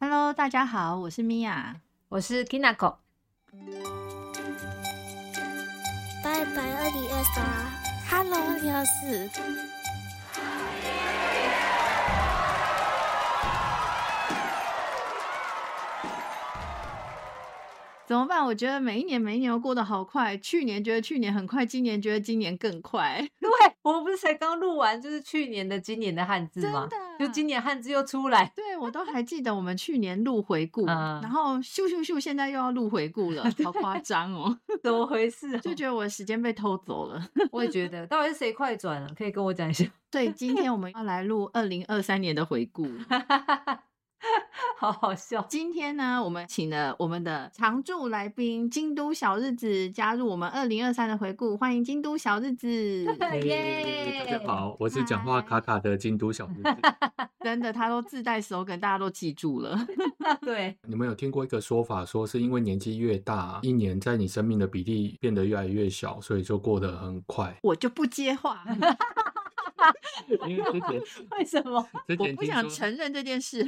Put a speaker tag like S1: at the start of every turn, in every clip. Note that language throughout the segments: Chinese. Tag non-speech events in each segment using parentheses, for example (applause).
S1: Hello，大家好，我是米娅。
S2: 我是 Kinako。
S3: 拜拜二零二三，Hello 二零二四，
S1: 怎么办？我觉得每一年每一年都过得好快，去年觉得去年很快，今年觉得今年更快。
S2: 对，哎我们不是才刚录完，就是去年的、今年的啊汉字吗？
S1: 真的
S2: 就今年汉字又出来。
S1: 对我都还记得我们去年录回顾，
S2: 嗯
S1: 然后咻咻咻，现在又要录回顾了，好
S2: (laughs)
S1: 夸张哦！ (laughs)
S2: 怎么回事、哦
S1: 就觉得我的时间被偷走了。
S2: 我也觉得，到底是谁快转了、可以跟我讲一下。
S1: 所以今天我们要来录二零二三年的回顾。
S2: (laughs) 好好 (laughs) 笑。
S1: 今天呢，我们请了我们的常驻来宾京都小日子加入我们二零二三的回顾，欢迎京都小日子。
S2: 嗨耶
S4: 大家好，我是讲话卡卡的京都小日子。
S1: 真的，他都自带手梗，大家都记住了。 (laughs)。
S2: 对，
S4: 你们有听过一个说法，说是因为年纪越大，一年在你生命的比例变得越来越小，所以就过得很快
S1: 我就不接
S4: (laughs)
S1: 话，
S4: 因为之前
S2: 为什么？
S4: 之
S1: 我
S4: 前
S1: 不想
S4: 听说，
S1: 承认这件事。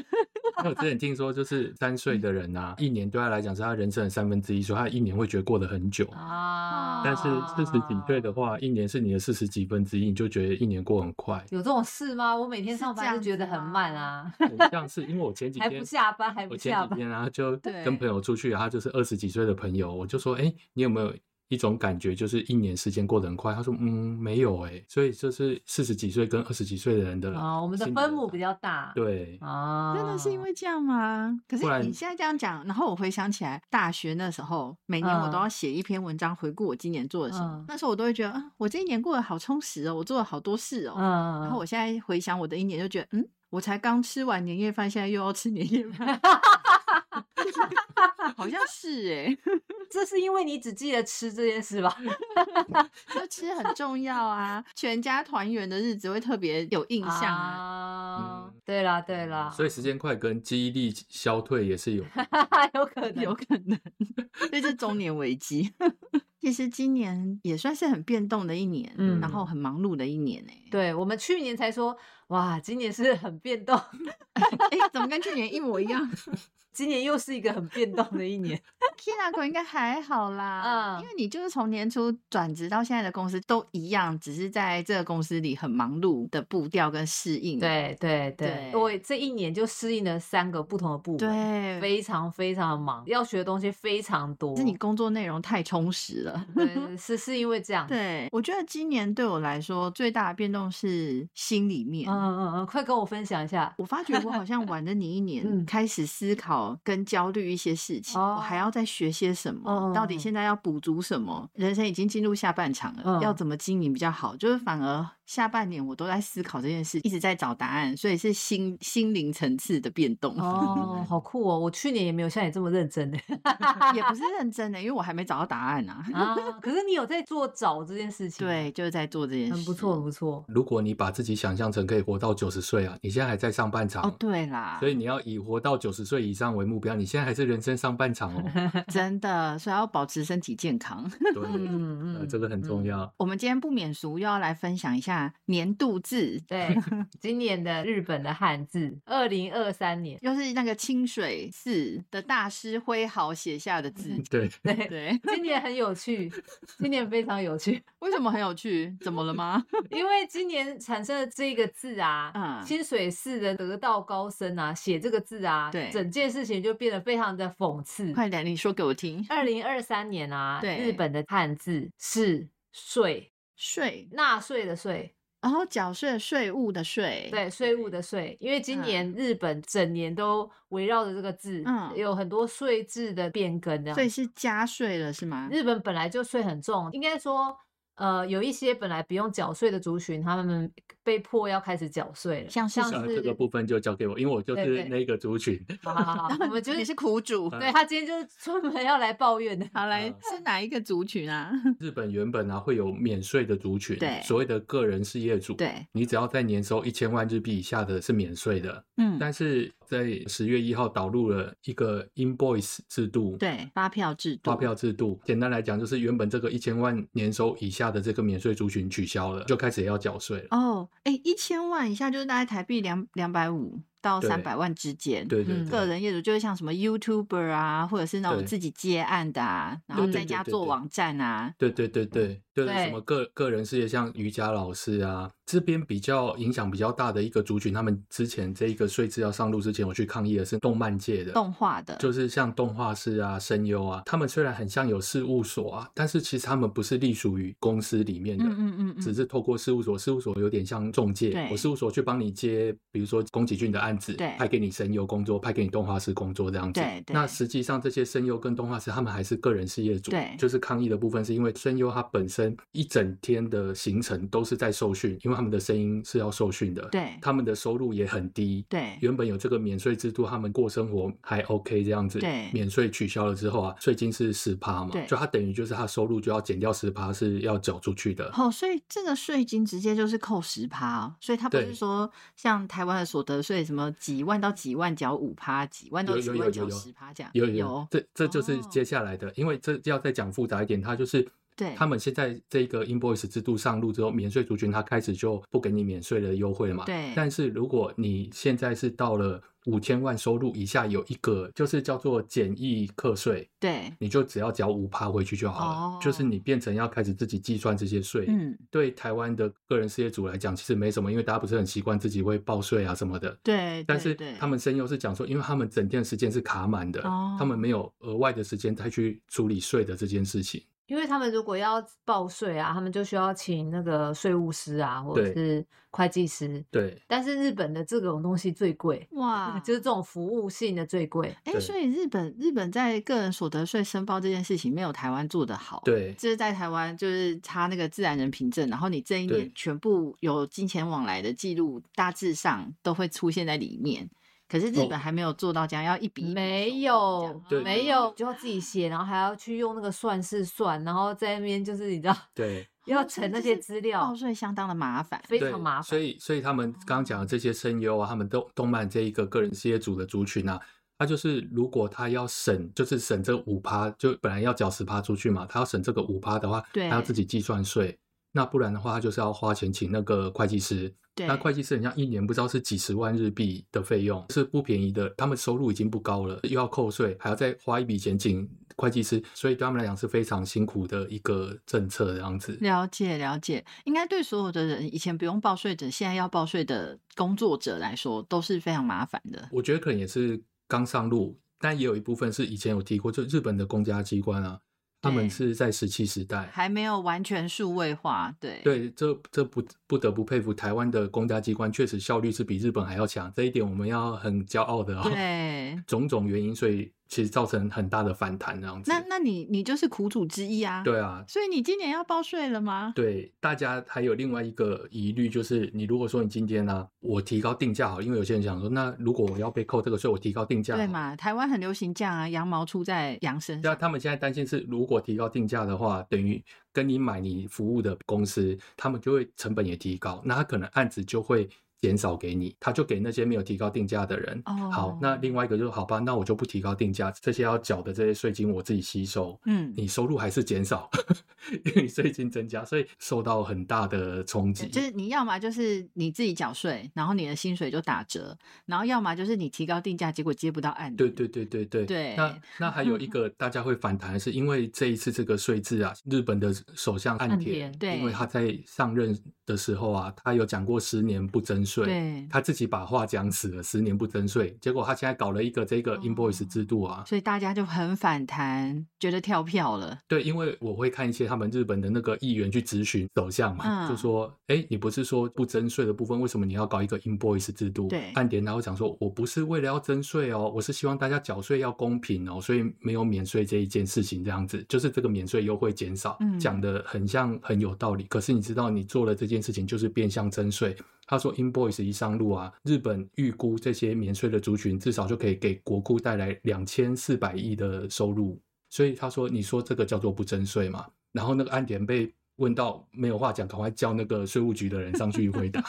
S4: 因为我之前听说，就是三岁的人啊，一年对他来讲是他人生的三分之一，所以他一年会觉得过得很久。
S2: 啊。
S4: 但是四十几岁的，话，一年是你的四十几分之一，你就觉得一年过很快
S2: 有这种事吗？我每天
S1: 是
S2: 上
S1: 这
S2: 班
S1: 样
S2: 就觉
S1: 子
S2: 得很
S1: 吗
S2: 慢啊，
S4: 很像是因为我前 (laughs) 几
S2: 还
S4: 天
S2: 不下班， (laughs) 还不
S4: 我前
S2: 下
S4: 几
S2: 班。
S4: 天啊，
S2: (laughs)
S4: 就
S1: 对
S4: 跟朋友出去，然后就是二十几岁的朋友，我就说，哎、你有没有一种感觉，就是一年时间过得很快？他说，嗯，没有哎、所以就是四十几岁跟二十几岁的人
S2: (laughs)
S4: 的
S2: 啊，我们的
S4: 心理
S2: 分母比较大。
S4: 对，
S2: 啊，
S1: 真的是因为这样吗？可是
S4: 不然
S1: 你现在这样讲，然后我回想起来，大学那时候，每年我都
S2: 嗯
S1: 要写一篇文章回顾我今年做了什么。
S2: 嗯
S1: 那时候我都会觉得，啊，我这一年过得好充实哦，我做了好多事哦。
S2: 嗯，
S1: 然后我现在回想我的一年，就觉得，嗯，我才刚吃完年夜饭，现在又要吃年夜
S4: (laughs)
S1: 饭，好像是哎、
S2: 这是因为你只记得吃这件事吧？
S1: (laughs) 就吃很重要啊，全家团圆的日子会特别有印象啊。
S2: 啊
S4: 嗯
S2: 对啦，对啦，
S4: 所以时间快跟记忆力消退也是有关。
S2: (laughs) 有可能
S1: (laughs) 有可能，这是中年危机。 (laughs) 其实今年也算是很变动的一年，
S2: 嗯
S1: 然后很忙碌的一年呢、欸。
S2: 对我们去年才说，哇，今年是很变动， (laughs)
S1: 哎、怎么跟去年一模一样
S2: 今年又是一个很变动的一年。
S1: ？Kinako 应该还好啦，
S2: 嗯
S1: 因为你就是从年初转职到现在的公司都一样，只是在这个公司里很忙碌的步调跟适应。
S2: 对对
S1: (laughs) 对
S2: 对，我这一年就适应了三个不同的部门，
S1: 对，
S2: 非常非常的忙，要学的东西非常多。
S1: 是你工作内容太充实了。
S2: 对是是因为这样。
S1: (laughs) 对，我觉得今年对我来说最大的变动是心里面。
S2: 嗯嗯嗯，快跟我分享
S1: (laughs)
S2: 一下。
S1: 我发觉我好像晚了
S2: (laughs)
S1: 你一年，
S2: 嗯
S1: 开始思考跟焦虑一些事情，我还要再学些什么，
S2: 哦
S1: 到底现在要补足什么？人生已经进入下半场了，要
S2: 嗯
S1: 怎么经营比较好？就是反而下半年我都在思考这件事，一直在找答案，所以是心心灵层次的变动。
S2: 哦，好酷哦！我去年也没有像你这么认
S1: (laughs)
S2: 真的
S1: 也不是认真的，因为我还没找到答案
S2: (laughs)
S1: 啊。
S2: 啊，可是你有在做找这件事情，
S1: 对，，就是在做这件事，
S2: 很不错，很。不错。
S4: 如果你把自己想象成可以活到九十岁啊，你现在还在上半场，
S1: 哦，对
S2: 啊
S1: 啦，
S4: 所以你要以活到九十岁以上为目标，你现在还是人生上半场
S2: (laughs)
S4: 哦。
S1: 真的，所以要保持身体健康。 (laughs)
S4: 对，
S2: 嗯
S4: 呃这个很重。
S2: 嗯
S4: 要。
S1: 我们今天不免俗，又要来分享一下年度字，
S2: 对， (laughs) 今年的日本的汉字，二零二三年。
S1: 又是那个清水寺的大师挥毫写下的字。
S4: 对，
S2: 对，
S1: (laughs) 对，
S2: 今年很有趣，今年非常有趣， (laughs)
S1: 为什么很有趣？怎么了吗？
S2: 因为今年产生的这个字啊，
S1: 嗯
S2: 清水寺的得道高僧啊，写这个字啊，
S1: 对
S2: 整件事情就变得非常的讽刺。
S1: 快点，你说给我听。
S2: 二零二三年啊，
S1: 对
S2: 日本的汉字是税，
S1: 税，
S2: 纳税的税，
S1: 然后缴税税务的税，，
S2: 对税务的税，因为今
S1: 嗯
S2: 年日本整年都围绕着这个字，
S1: 嗯
S2: 有很多税制的变更这样
S1: 所以是加税了是吗？
S2: 日本本来就税很重，应该说，呃，有一些本来不用缴税的族群，他们被迫要开始缴税了，
S1: 像是
S2: 像
S1: 什
S4: 呃，
S2: 是
S4: 这个部分就交给我，因为我就
S2: 对
S4: 是
S2: 对
S4: 那个族群。
S2: 好好好
S1: (laughs)
S2: 嗯好，我们就
S1: 你
S2: 是
S1: 是苦主。
S4: 嗯
S2: 对他今天就是专门要来抱怨的，
S1: 好来
S4: 嗯，
S1: 是哪一个族群啊？ (laughs)
S4: 日本原本啊会有免税的族群，
S1: 对
S4: 所谓的个人事业主，，
S1: 对，
S4: 你只要在年收一千万日币以下的是免税的。
S1: 嗯，
S4: 但是在十月一号导入了一个 invoice 制度，，
S1: 对，发票制度，
S4: 发票制度。简单来讲，就是原本这个一千万年收以下的这个免税族
S1: 哦
S4: 群取消了，就开始要缴税了。
S1: 哦，哎，一千万以下就是大概台币两两百五到
S4: 对
S1: 三百万之间。
S4: 对对
S2: 嗯
S4: 对
S1: 个人业主就是像什么 YouTuber 啊，或者是那种
S4: 对
S1: 自己接案的啊，然后
S2: 对对
S1: 在
S4: 对
S1: 家
S4: 对
S1: 做
S4: 对
S1: 网站啊，
S4: 对对对对对，
S2: 对
S4: 什么个个人事业，像瑜伽老师啊，这边比较影响比较大的一个族群，他们之前这一个税制要上路之前，我去抗议的是动漫界的，
S1: 动画的，
S4: 就是像动画师啊、声优啊，他们虽然很像有事务所啊，但是其实他们不是隶属于公司里面的，
S1: 嗯嗯嗯
S4: 只
S1: 嗯，
S4: 是透过事务所，事务所有点像中介
S1: 对，
S4: 我事务所去帮你接，比如说宫崎骏的案子，
S1: 对
S4: 派给你声优工作，派给你动画师工作这样子。
S1: 对对
S4: 那实际上这些声优跟动画师他们还是个人事业主，
S1: 对
S4: 就是抗议的部分是因为声优他本身一整天的行程都是在受训，因为他们的声音是要受训的，
S1: 对
S4: 他们的收入也很低，
S1: 对
S4: 原本有这个免税制度，他们过生活还 OK 这样子，
S1: 对
S4: 免税取消了之后啊，税金是十趴嘛
S1: 对，
S4: 就他等于就是他收入就要减掉十趴是要缴出去的，
S1: 哦，所以这个税金直接就是扣十趴、哦，所以它不是
S4: 对
S1: 说像台湾的所得税什么几万到几万缴五趴，几万到
S4: 有
S1: 几
S4: 有
S1: 万
S4: 有
S1: 缴
S4: 有
S1: 十趴这样，
S4: 有
S1: 有
S4: 这这就是
S1: 哦
S4: 接下来的，因为这要再讲复杂一点，它就是
S1: 对
S4: 他们现在这个 invoice 制度上路之后，免税族群它开始就不给你免税的优惠了嘛。
S1: 对
S4: 但是如果你现在是到了五千万收入以下，有一个就是叫做简易课税，
S1: 对，
S4: 你就只要缴五趴回去就好了，
S1: 哦
S4: 就是你变成要开始自己计算这些税。
S1: 嗯，
S4: 对台湾的个人事业主来讲，其实没什么，因为大家不是很习惯自己会报税啊什么的。
S1: 对，
S4: 但
S1: 对
S4: 是
S1: 对
S4: 他们声优是讲说，因为他们整天的时间是卡满的，
S1: 哦
S4: 他们没有额外的时间再去处理税的这件事情。
S2: 因为他们如果要报税啊，他们就需要请那个税务师啊，或者
S4: 对
S2: 是会计师。
S4: 对，
S2: 但是日本的这种东西最贵，
S1: 哇，
S2: 就是这种服务性的最贵。
S1: 哎，
S4: 对
S1: 所以日本日本在个人所得税申报这件事情没有台湾做得好，，啊
S4: 对，
S1: 就是在台湾就是查那个自然人凭证，然后你这一
S4: 对
S1: 年全部有金钱往来的记录，大致上都会出现在里面。可是日
S4: 哦
S1: 本还没有做到这样，要一笔一笔
S2: 没
S1: 手动这样
S2: 有
S1: 啊，
S4: 对
S2: 没有，就要自己写，然后还要去用那个算式算，然后在那边就是你知道
S4: 对，
S2: 要
S1: 哦所以
S2: 存
S1: 这
S2: 那
S1: 哦
S2: 些
S1: 是
S2: 资
S1: 报
S2: 料，
S1: 税相当的麻烦。
S2: 非
S4: 对
S2: 常麻
S4: 所
S2: 烦。
S4: 以，所以他们刚刚讲的这些声优啊，他们动动漫这一个个人事业主的族群啊，他就是如果他要省，就是省这五趴，就本来要缴十趴出去嘛，他要省这个五趴的话，
S1: 对
S4: 他要自己计算税。那不然的话，他就是要花钱请那个会计师。
S1: 对，
S4: 那会计师人家一年不知道是几十万日币的费用，是不便宜的。他们收入已经不高了，又要扣税，还要再花一笔钱请会计师，所以对他们来讲是非常辛苦的一个政策，这样子。
S1: 了解了解，应该对所有的人，以前不用报税者，现在要报税的工作者来说，都是非常麻烦的。
S4: 我觉得可能也是刚上路，但也有一部分是以前有提过，就日本的公家机关啊，他
S1: 对
S4: 们是在石器时代。
S1: 还没有完全数位化，对，
S4: 对，这这不不得不佩服台湾的公家机关，确实效率是比日本还要强，这一点我们要很骄傲的哦。
S1: 对
S4: (laughs) 种种原因，所以其实造成很大的反弹这样子。
S1: 那那你你就是苦主之一啊，，
S4: 对啊，
S1: 所以你今年要报税了吗？
S4: 对，大家还有另外一个疑虑，就是你如果说你今天呢、我提高定价好，因为有些人想说，那如果我要被扣这个税，我提高定价
S1: 对
S4: 好
S1: 嘛，台湾很流行这样啊，羊毛出在羊身
S4: 那
S1: 上，
S4: 他们现在担心是，如果提高定价的话，等于跟你买你服务的公司，他们就会成本也提高，那他可能案子就会减少给你，他就给那些没有提高定价的人。
S1: 哦
S4: 好，那另外一个就是，好吧，那我就不提高定价，这些要缴的这些税金我自己吸收。
S1: 嗯，
S4: 你收入还是减少，因为你税金增加，所以受到很大的冲击。
S1: 呃就是你要么就是你自己缴税，然后你的薪水就打折，然后要么就是你提高定价，结果接不到案子，
S4: 对对对对对
S1: 对
S4: 那那还有一个大家会反弹，是因为这一次这个税制啊，日本的首相岸
S2: 岸
S4: 田，
S2: 田
S1: 对
S4: 因为他在上任的时候啊，他有讲过十年不征税，
S1: 对
S4: 他自己把话讲死了，十年不征税，结果他现在搞了一个这个
S1: 哦
S4: invoice 制度啊，
S1: 所以大家就很反弹，觉得跳票了。
S4: 对，因为我会看一些他们日本的那个议员去咨询首相嘛，
S1: 嗯
S4: 就说，哎，你不是说不征税的部分，为什么你要搞一个 invoice 制度？
S1: 对
S4: 岸田他会讲说，我不是为了要征税哦，我是希望大家缴税要公平哦，所以没有免税这一件事情，这样子就是这个免税优惠减少，
S1: 嗯
S4: 讲的很像很有道理。可是你知道，你做了这件事情就是变相征税。他说，invoice 一上路啊，日本预估这些免税的族群至少就可以给国库带来两千四百亿的收入。所以他说：“你说这个叫做不征税嘛？”然后那个安田被问到没有话讲，赶快叫那个税务局的人上去回答。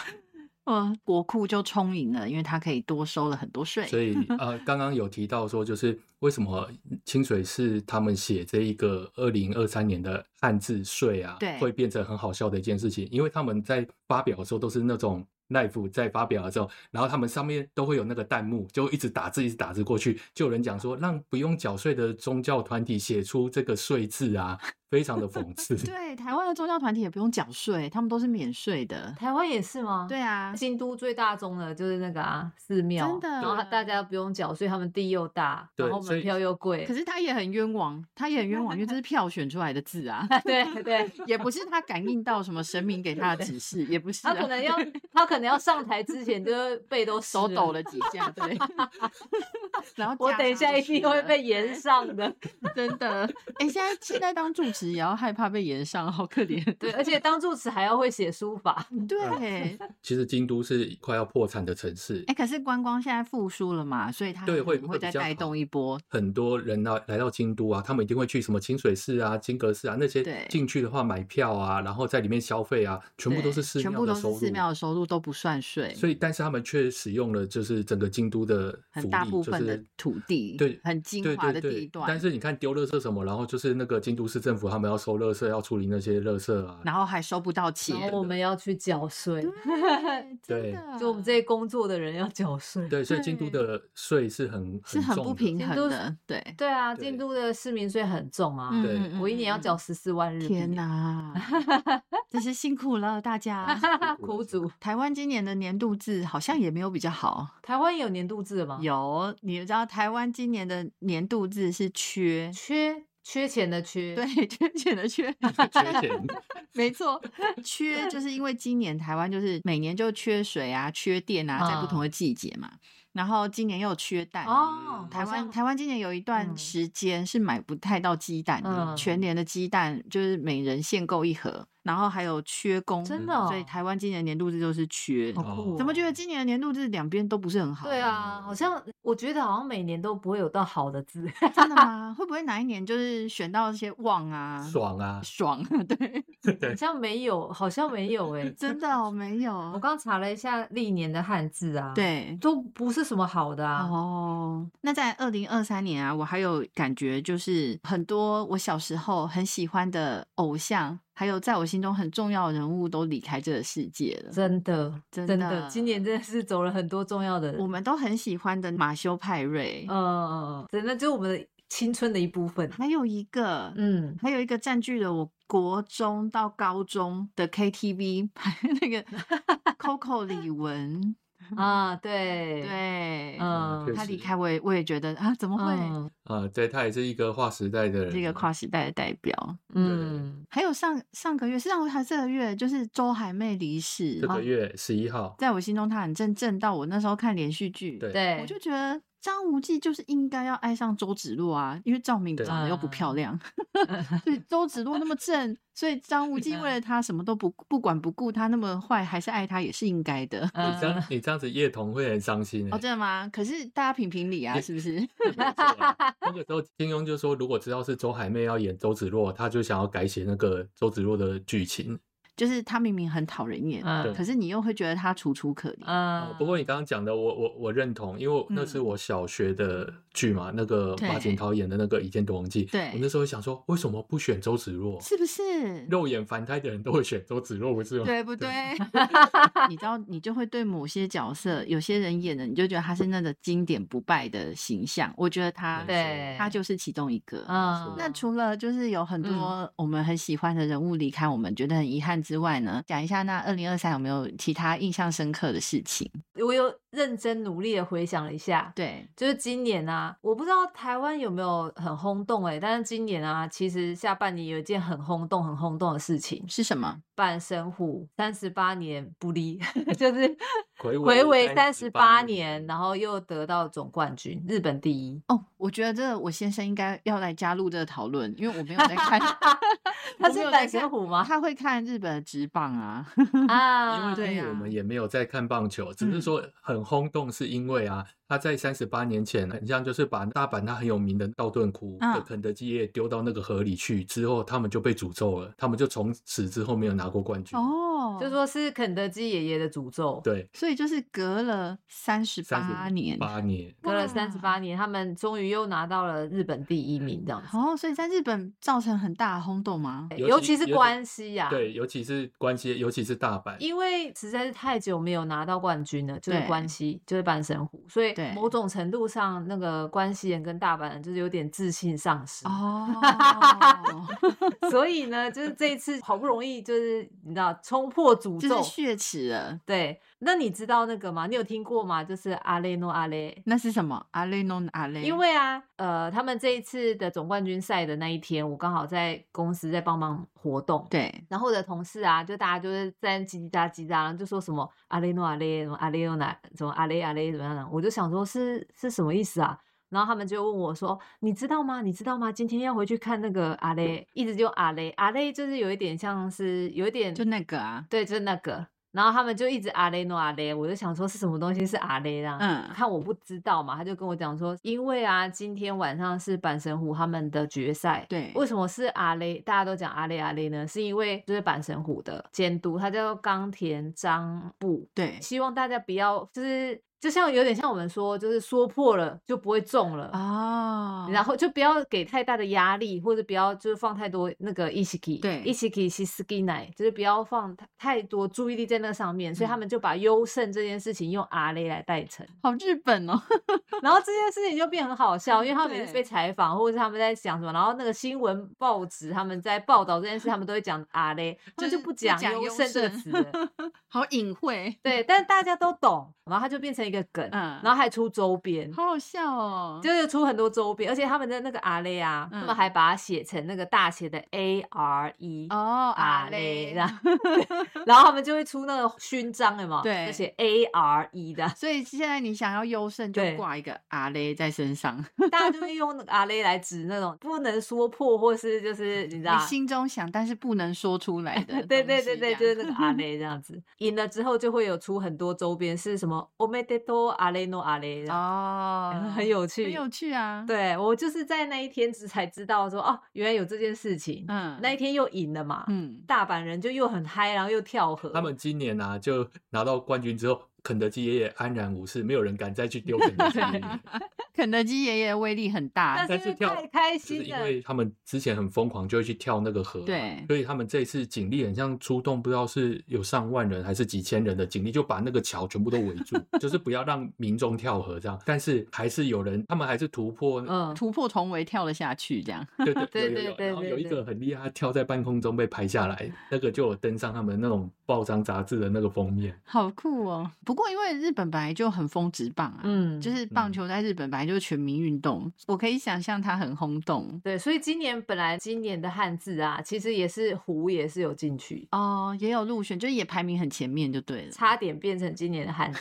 S1: 嗯，国库就充盈了，因为它可以多收了很多税。
S4: 所以呃，刚刚有提到说，就是为什么清水是他们写这一个二零二三年的汉字税啊
S1: 对，
S4: 会变成很好笑的一件事情，因为他们在发表的时候都是那种 Life 在发表的时候，然后他们上面都会有那个弹幕，就一直打字，一直打字过去，就有人讲说让不用缴税的宗教团体写出这个税字啊，非常的讽刺。
S1: (laughs) 对，台湾的宗教团体也不用缴税，他们都是免税的。
S2: 台湾也是吗？
S1: 对
S4: (laughs)
S1: 啊，
S2: 京都最大宗的就是那个啊寺庙，
S1: 真的啊
S2: 然后大家不用缴税，他们地又大，
S4: 对
S2: 然后
S4: 所以
S2: 门票又贵
S1: 可，是他也很冤枉，他也很冤枉，因为这是票选出来的字啊， (laughs)
S2: 对对，
S1: 也不是他感应到什么神明给他的指示，也不是、啊，
S2: 他可能要他可能要上台之前就是背都湿
S1: (laughs) 手抖
S2: 了。
S1: 了几下，
S2: (laughs)
S1: 对。然后
S2: 我
S1: 架
S2: 等一
S1: 上
S2: 下
S1: 就
S2: 一
S1: 去
S2: 定会
S1: 了
S2: 被延上
S1: (laughs)
S2: 的，
S1: 真的，哎、现在现在当住持也要害怕被延上，好可怜。
S2: 对，而且嗯当住持还要会写书
S1: (laughs)
S2: 法，
S1: 对，
S4: 其实京都是快要破产的城市
S1: 哎、，可是观光现在复苏了嘛，所以它
S4: 对
S1: 可
S4: 会
S1: 能
S4: 会
S1: 会
S4: 比
S1: 再
S4: 较
S1: 带
S4: 好
S1: 动一波。
S4: 很多人呢、来到京都啊，他们一定会去什么清水寺啊、金阁寺啊那
S1: 对
S4: 些进去的话买票啊，然后在里面消费啊，全部都是
S1: 对
S4: 寺
S1: 全
S4: 庙
S1: 部
S4: 的
S1: 都
S4: 收
S1: 是
S4: 入。
S1: 寺庙的收入都不算税，
S4: 所以，但是他们却使用了就是整个京都的福
S1: 很
S4: 利，
S1: 大部
S4: 就
S1: 分的
S4: 是
S1: 土地，
S4: 对
S1: 很精
S4: 对
S1: 华
S4: 对
S1: 的地
S4: 对
S1: 段，，
S4: 但是你看丢垃圾什么，然后就是那个京都市政府他们要收垃圾，要处理那些垃圾啊。
S1: 然后还收不到钱
S2: 然，后我 (laughs) 们要去缴税，
S1: 对啊
S4: 对
S1: 真的
S2: 就我们这些工作的人要缴税。
S4: 对，所以京都的税是很
S1: 是很
S4: 重
S1: 不
S4: 的
S1: 平
S2: 京
S1: 衡
S2: 都
S1: 的，对。
S2: 对啊，
S4: 对
S2: 京都的市民税很重啊，
S4: 对
S1: 嗯
S2: 我一年要缴。十四万日币。
S1: 天哪，
S2: (laughs)
S1: 真啊是辛苦了大家。
S2: 苦主，
S1: 台湾今年的年度制好像也没有比较好。
S2: 台湾也有年度制的吗？
S1: 有，你知道台湾今年的年度制是缺，
S2: 缺缺钱的缺，
S1: 对，缺钱的缺， (laughs)
S4: 缺钱，
S1: 没错，缺就是因为今年台湾就是每年就缺水啊、缺电啊，在不同的季节嘛。然后今年又缺蛋，
S2: 嗯哦，
S1: 嗯台
S2: 好像
S1: 湾台湾今年有一段
S2: 嗯
S1: 时间是买不太到鸡蛋的，
S2: 嗯
S1: 全年的鸡蛋就是每人限购一盒，然后还有缺工，
S2: 真的哦
S1: 所以台湾今年年度制就是缺。
S2: 好
S4: 哦
S2: 酷哦，
S1: 怎么觉得今年的年度制两边都不是很好？
S2: 对，啊，好像我觉得好像每年都不会有到好的字， (laughs)
S1: 真的吗？会不会哪一年就是选到一些旺啊、
S4: 爽啊！
S1: 爽啊？ (laughs) 对，
S2: 好像没有，好像没有哎、
S1: (laughs) 真的哦，没
S2: 我
S1: 有，
S2: 刚查了一下历年的汉字啊，，
S1: 对。
S2: 都不是什么好的啊。
S1: 哦，那在二零二三年啊，我还有感觉就是很多我小时候很喜欢的偶像，还有在我心中很重要的人物都离开这个世界了。
S2: 真的，
S1: 真
S2: 的，
S1: 的
S2: 今年真的是走了很多重要的人，
S1: 我们都很喜欢的马修派瑞，
S2: 呃，真的就是我们的青春的一部
S1: (laughs)
S2: 分。
S1: 还有一个，
S2: 嗯，
S1: 还有一个占据了我国中到高中的 KTV，那
S2: (laughs)
S1: 个 Coco 李玟，
S2: 啊，对，
S1: 对，
S2: 嗯，
S4: 确
S1: 他
S4: 实
S1: 离开我也我也觉得啊，怎么会？
S2: 嗯
S4: 啊，对，他也是一个划时代的人，啊
S1: 这个跨时代的代表，
S2: 嗯，
S1: 还有上上个月，是上还是这个月，就是周海媚离世，
S4: 这
S1: 啊
S4: 个月十一号，
S1: 在我心中她很正正到我那时候看连续剧，
S2: 嗯
S4: 对
S2: 对，
S1: 我就觉得张无忌就是应该要爱上周芷若啊，因为赵敏
S4: 对
S1: 长得又不漂亮， (laughs) 所以周芷若那么正，所以张无忌为了她什么都不不管不顾，她那么坏还是爱她也是应该的。
S4: 你这样
S2: 嗯，
S4: 你这样子叶童会很伤心
S1: 哦，
S4: 欸。
S1: 真的吗？可是大家评评理啊，
S4: 也
S1: 是不是？
S4: 没 (laughs) 有错啊那个时候金庸就说，如果知道是周海媚要演周芷若，他就想要改写那个周芷若的剧情。
S1: 就是她明明很讨人厌，
S2: 嗯
S1: 可是你又会觉得她楚楚可怜。
S4: 啊，
S2: 嗯，
S4: 不过你刚刚讲的我，我我认同，因为那是
S1: 嗯
S4: 我小学的剧嘛，那个马景
S1: 对
S4: 涛演的那个《倚天屠龙记》，
S1: 对
S4: 我那时候想说，为什么不选周芷若？
S1: 是不是？
S4: 肉眼凡胎的人都会选周芷若，不
S1: (laughs)
S4: 是吗？
S1: 对不对？你知道，你就会对某些角色，有些人演的，你就觉得他是那个经典不败的形象。我觉得他，
S4: 没
S2: 对，
S1: 他就是其中一个。
S2: 嗯，
S1: 那除了就是有很
S2: 嗯
S1: 多我们很喜欢的人物离开我们，觉得很遗憾之外呢，讲一下那二零二三有没有其他印象深刻的事情？
S2: 我有认真努力的回想了一下，
S1: 对，
S2: 就是今年啊，我不知道台湾有没有很轰动哎、但是今年啊，其实下半年有一件很轰动、很轰动的事情，
S1: 是什么？
S2: 办神户三十八年不离， (laughs) 就是
S4: 回
S2: 回
S4: 味
S2: 违三十八
S4: 年
S2: 年，，然后又得到总冠军，日本第一。，
S1: 哦，我觉得这个我先生应该要来加入这个讨论，因为我没有在 (laughs) 看
S2: (laughs) 他是板神虎
S1: (laughs)
S2: 吗
S1: 他会看日本的职棒啊，
S2: 啊，
S4: 因为
S1: 对
S4: 因为
S1: 呀
S4: 我们也没有在看棒球，只是
S1: 嗯
S4: 说很轰动，是因为啊，他在三十八年前，很像就是把大阪它很有名的道顿窟
S1: 嗯
S4: 的肯德基业丢到那个河里去，之后他们就被诅咒了，他们就从此之后没有拿过冠军。
S1: 哦，
S2: 就说是肯德基爷爷的诅咒，
S4: 对，
S1: (laughs) 所以就是隔了三十八年，
S4: 八年，
S2: 隔了
S1: 哇
S2: 三十八年，他们终于又拿到了日本第一名，这样子。
S1: 哦，所以在日本造成很大的轰动吗？
S2: 对
S4: 尤
S2: 尤
S4: 其
S2: 其是
S4: 尤其
S2: 关西
S1: 啊
S2: 呀、
S4: 对，尤其是关西，尤其是大阪，
S2: 因为实在是太久没有拿到冠军了，就是
S1: 对
S2: 关西，就是阪神虎，所以
S1: 对
S2: 某种程度上，那个关西人跟大阪人就是有点自信丧失。 (laughs)
S1: 哦，
S2: 所以呢，就是这一次好不容易就是你知道冲破诅
S1: 就
S2: 咒
S1: 是，血耻了。
S2: 对。那你知道那个吗？你有听过吗？就是阿雷诺阿雷。
S1: 那是什么？阿雷诺阿雷，
S2: 因为啊，呃，他们这一次的总冠军赛的那一天，我刚好在公司在帮忙活动，
S1: 对
S2: 然后我的同事啊，就大家就是在叽叽喳叽喳，然后就说什么阿雷诺阿雷什么阿雷又哪什么阿雷阿雷怎么样的，我就想说是是什么意思啊？然后他们就问我说：“你知道吗？你知道吗？今天要回去看那个阿雷，一直就阿雷阿雷，就是有一点像是有一点
S1: 就那个啊，
S2: 对，就是那个。然后他们就一直阿雷诺阿雷，我就想说是什么东西是阿雷啦？
S1: 嗯
S2: 看我不知道嘛，他就跟我讲说，因为啊，今天晚上是阪神虎他们的决赛。
S1: 对
S2: 为什么是阿雷？大家都讲阿雷阿雷呢？是因为就是阪神虎的监督，他叫冈田章布。
S1: 对
S2: 希望大家不要就是就像有点像我们说，就是说破了就不会中了。
S1: 哦，
S2: 然后就不要给太大的压力，或者不要就是放太多那个意识 k
S1: 对
S2: 意识 k 是 skin 奶，就是不要放太太多注意力在那上面，所以他
S1: 嗯
S2: 们就把优胜这件事情用阿雷来代称，
S1: 好日本
S2: (laughs)
S1: 哦，
S2: 然后这件事情就变很好笑，因为他们每次
S1: 对
S2: 被采访或者是他们在讲什么，然后那个新闻报纸他们在报道这件事，他们都会讲啊阿雷，
S1: 或
S2: 就
S1: 者
S2: 是不讲优胜这个词了。
S1: 好隐晦，
S2: (laughs) 对，但大家都懂，然后它就变成一个梗，
S1: 嗯
S2: 然后还出周边，
S1: 好好笑哦，
S2: 就是出很多周边，而且他们的那个阿雷啊，他
S1: 嗯
S2: 们还把它写成那个大写的 A R E，、
S1: 哦阿
S2: 阿
S1: 雷
S2: 雷啦，然后他们就会出那个勋章了嘛，
S1: 对，
S2: 就写 A R E 的 (laughs)
S1: 所以现在你想要优胜，就
S2: 对
S1: 挂一个阿雷在身上，
S2: 大家就会用那个阿雷来指那种不能说破，或是就是你知道
S1: 你。心中想但是不能说出来的东西这
S2: (laughs) 对
S1: 样，
S2: 对对对，就是那个阿雷这样子，赢了之后就会有出很多周边，是什么 o m e d e t o 阿雷诺阿雷这样，
S1: 哦，
S2: (laughs) 很有趣，
S1: 很有趣啊，，
S2: 对我就是在那一天只才知道说哦，原来有这件事情。
S1: 嗯，
S2: 那一天又赢了嘛，
S1: 嗯，
S2: 大阪人就又很嗨，然后又跳河。
S4: 他们今年啊就拿到冠军之后，肯德基爷爷安然无事，没有人敢再去丢肯
S1: (laughs)
S4: 德基爷爷。
S1: 肯德基爷爷的威力很大
S2: 但，
S4: 但
S2: 是
S4: 是
S2: 因为
S4: 跳
S2: 太开
S4: 就是
S2: 心
S4: 因
S2: 了，
S4: 为他们之前很疯狂，就会去跳那个河、
S1: 对
S4: 所以他们这一次警力很像出动，不知道是有上万人还是几千人的警力，就把那个桥全部都围住， (laughs) 就是不要让民众跳河这样。但是还是有人，他们还是突破，
S2: 嗯，
S1: 突破重围跳了下去，这样， (laughs)
S4: 对对
S2: 对
S4: 有有
S2: 对
S4: 有
S2: 对
S4: 然后
S2: 对
S4: 有一
S2: 对
S4: 个很厉害，他跳在半空中被拍下来，那个就有登上他们那种报章杂志的那个封面。
S1: 好酷哦。不过因为日本本来就很风直棒啊，
S2: 嗯，
S1: 就是是棒
S4: 嗯
S1: 球在日本本来就是全民运动，我可以想象它很轰动
S2: 对。所以今年本来今年的汉字啊，其实也是湖也是有进去，
S1: 哦，也有入选，就是也排名很前面就对了。
S2: 差点变成今年的汉字。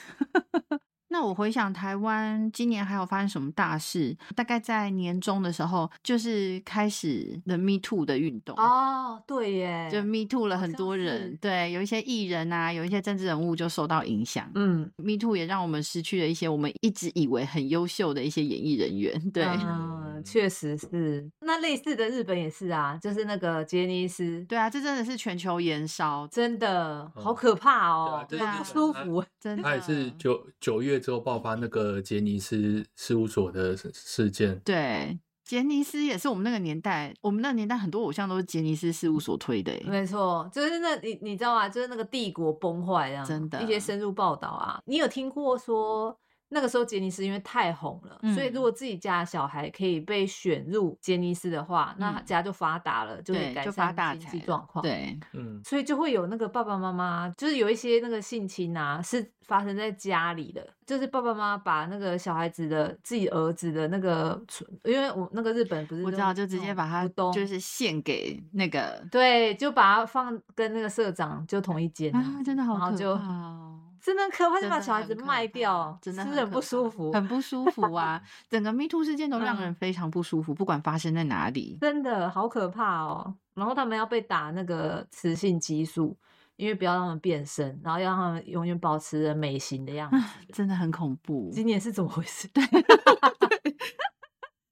S1: 那我回想台湾今年还有发生什么大事？大概在年中的时候，就是开始了 Me Too 的运动。
S2: 哦，对耶，
S1: 就 Me Too 了
S2: 好
S1: 很
S2: 像
S1: 多人
S2: 是，
S1: 对，有一些艺人啊，有一些政治人物就受到影响。
S2: 嗯，
S1: Me Too 也让我们失去了一些我们一直以为很优秀的一些演艺人员。对，
S2: 嗯，确实是。那类似的日本也是啊，就是那个杰尼斯，
S1: 对啊，这真的是全球延烧，
S2: 真的好
S4: 嗯
S2: 可怕哦
S4: 啊，这
S1: 是
S2: 好
S1: 日本
S2: 不舒
S4: 它
S2: 服。欸
S1: 真的。哦
S4: 他也是九九月之后爆发那个杰尼斯事务所的事事件，
S1: 对，杰尼斯也是我们那个年代，我们那个年代很多偶像都是杰尼斯事务所推的欸。
S2: 没错， (laughs) 就是那你你知道吗？就是那个帝国崩坏这样，
S1: 真的
S2: 一些深入报道啊。你有听过说那个时候杰尼斯因为太红了，所以
S1: 嗯
S2: 如果自己家的小孩可以被选入杰尼斯的话，那
S1: 嗯
S2: 家就发达了，就会
S1: 对，
S2: 改
S1: 就发
S2: 善
S1: 大
S2: 经
S1: 财
S2: 济
S1: 了
S2: 状况。，
S1: 对，
S4: 嗯，
S2: 所以就会有那个爸爸妈妈，就是有一些那个性侵啊，是发生在家里的，就是爸爸妈妈把那个小孩子的自己儿子的那个存，因为我那个日本不是
S1: 我知道，就直接把它
S2: 它
S1: 就。是献给那个
S2: 对，就把它放跟那个社长就同一间
S1: 啊，真的好
S2: 然后
S1: 可
S2: 就
S1: 怕哦。
S2: 真的很可怕，就
S1: 真
S2: 把
S1: 的
S2: 小孩
S1: 很
S2: 子
S1: 可
S2: 卖
S1: 怕
S2: 掉，
S1: 真的
S2: 是不
S1: 很
S2: 是很
S1: 可
S2: 不
S1: 怕
S2: 舒服，
S1: 很不舒服
S2: (laughs)
S1: 啊！整个 Me Too 事件都让人
S2: 嗯
S1: 非常不舒服，不管发生在哪里。
S2: 真的好可怕哦。然后他们要被打那个雌性激素，因为不要让他们变身，然后要让他们永远保持着美型的样子。
S1: 真的很恐怖。
S2: 今年是怎么回
S1: (laughs)
S2: 事？对，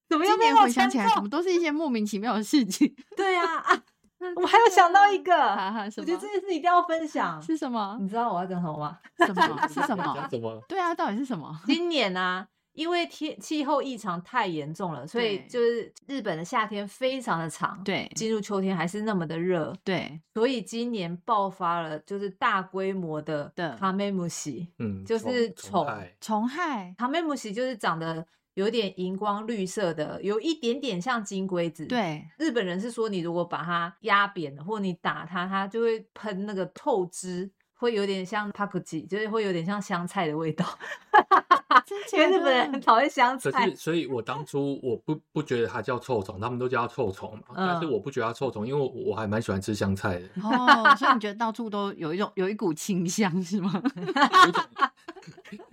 S2: 怎么又
S1: 今
S2: 被
S1: 年
S2: 我
S1: 回想
S2: 牵
S1: 起来，
S2: 中
S1: 怎么都是一些莫名其妙的事
S2: (laughs)
S1: 情。(laughs)
S2: 对啊啊！我还有想到一个，
S1: 哈哈，啊什么
S2: 我觉得这件事一定要分享。
S1: 是什么？
S2: 你知道我要讲什么吗？
S1: 什么是什
S2: (laughs)
S4: 讲
S1: 么？
S4: 什么？
S1: 对啊，到底是什么？
S2: 今年啊，因为天气候异常太严重了，所以
S1: 对
S2: 就是日本的夏天非常的长，，
S1: 对
S2: 进入秋天还是那么的热，
S1: 对
S2: 所以今年爆发了就是大规模的
S1: 的
S2: 卡梅姆喜，
S4: 嗯，
S2: 就是
S4: 宠
S2: 宠
S4: 爱
S1: 虫害，
S2: 卡梅姆喜就是长得有点荧光绿色的，有一点点像金龟子，。
S1: 对
S2: (laughs) 日本人是说，你如果把它压扁了，或你打它，它就会喷那个透支，会有点像 p a k j i 就是会有点像香菜的味道。 (laughs)
S1: 真
S2: 因为
S1: 假
S2: 日本人很
S1: 的，
S2: 讨厌香
S4: 可
S2: 菜
S4: 是，，所以我当初我不不觉得它叫臭虫，他们都叫它臭虫嘛。但是
S2: 嗯
S4: 我不觉得它臭虫，因为我我还蛮喜欢吃香菜的
S1: (laughs) 哦，所以你觉得到处都有一种有一股清香是吗？
S4: 有一